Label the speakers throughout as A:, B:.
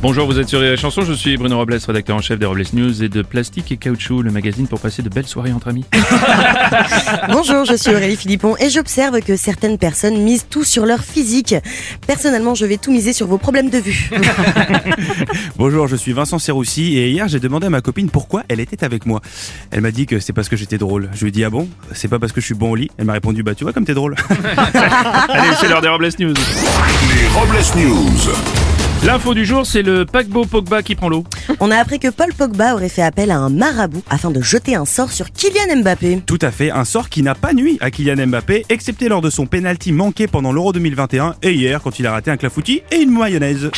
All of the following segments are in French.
A: Bonjour, vous êtes sur les chansons, je suis Bruno Robles, rédacteur en chef des Robles News et de Plastique et Caoutchouc, le magazine pour passer de belles soirées entre amis.
B: Bonjour, je suis Aurélie Philippon et j'observe que certaines personnes misent tout sur leur physique. Personnellement, je vais tout miser sur vos problèmes de vue.
C: Bonjour, je suis Vincent Serroussi et hier j'ai demandé à ma copine pourquoi elle était avec moi. Elle m'a dit que c'est parce que j'étais drôle. Je lui ai dit ah bon C'est pas parce que je suis bon au lit Elle m'a répondu bah tu vois comme t'es drôle.
A: Allez, c'est l'heure des Robles News.
D: Les Robles News.
A: L'info du jour, c'est le paquebot Pogba qui prend l'eau.
B: On a appris que Paul Pogba aurait fait appel à un marabout afin de jeter un sort sur Kylian Mbappé.
C: Tout à fait, un sort qui n'a pas nui à Kylian Mbappé, excepté lors de son penalty manqué pendant l'Euro 2021 et hier quand il a raté un clafoutis et une mayonnaise.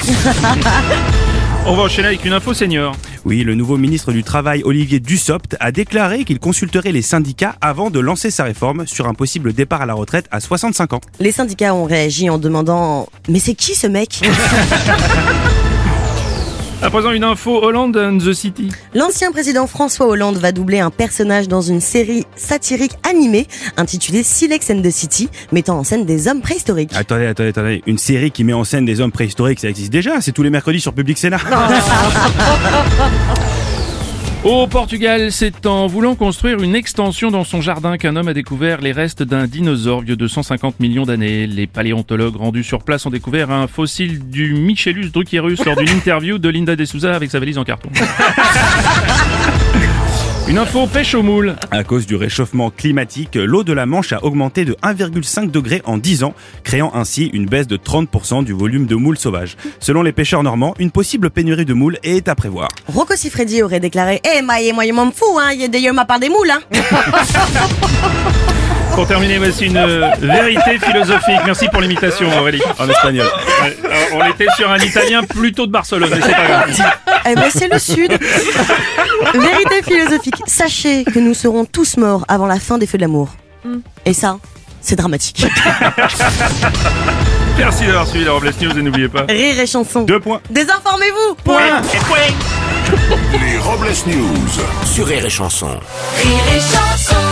A: On va enchaîner avec une info senior.
C: Oui, le nouveau ministre du Travail, Olivier Dussopt, a déclaré qu'il consulterait les syndicats avant de lancer sa réforme sur un possible départ à la retraite à 65 ans.
B: Les syndicats ont réagi en demandant Mais c'est qui ce mec
A: À présent, une info Hollande and the City.
B: L'ancien président François Hollande va doubler un personnage dans une série satirique animée intitulée Silex and the City, mettant en scène des hommes préhistoriques.
C: Attendez, attendez, attendez. Une série qui met en scène des hommes préhistoriques, ça existe déjà. C'est tous les mercredis sur Public Sénat.
A: Au Portugal, c'est en voulant construire une extension dans son jardin qu'un homme a découvert les restes d'un dinosaure vieux de 150 millions d'années. Les paléontologues rendus sur place ont découvert un fossile du Michellus druckerus lors d'une interview de Linda De Souza avec sa valise en carton. Une info pêche aux moules.
C: À cause du réchauffement climatique, l'eau de la Manche a augmenté de 1,5 degré en 10 ans, créant ainsi une baisse de 30% du volume de moules sauvages. Selon les pêcheurs normands, une possible pénurie de moules est à prévoir.
B: Rocco Siffredi aurait déclaré Eh, ma, et moi, je m'en fous, hein, y a d'ailleurs ma part des moules, hein.
A: Pour terminer, voici une euh, vérité philosophique. Merci pour l'imitation, Aurélie.
C: En espagnol.
A: Ouais, alors, on était sur un italien plutôt de Barcelone, mais c'est pas grave.
B: Eh ben, c'est le Sud. Vérité philosophique. Sachez que nous serons tous morts avant la fin des feux de l'amour. Et ça, c'est dramatique.
A: Merci d'avoir suivi la Robles News et n'oubliez pas.
B: Rire et chanson.
C: Deux points.
B: Désinformez-vous.
D: Les Robles News.
E: Sur Rire et Chanson.
F: Rire et chanson.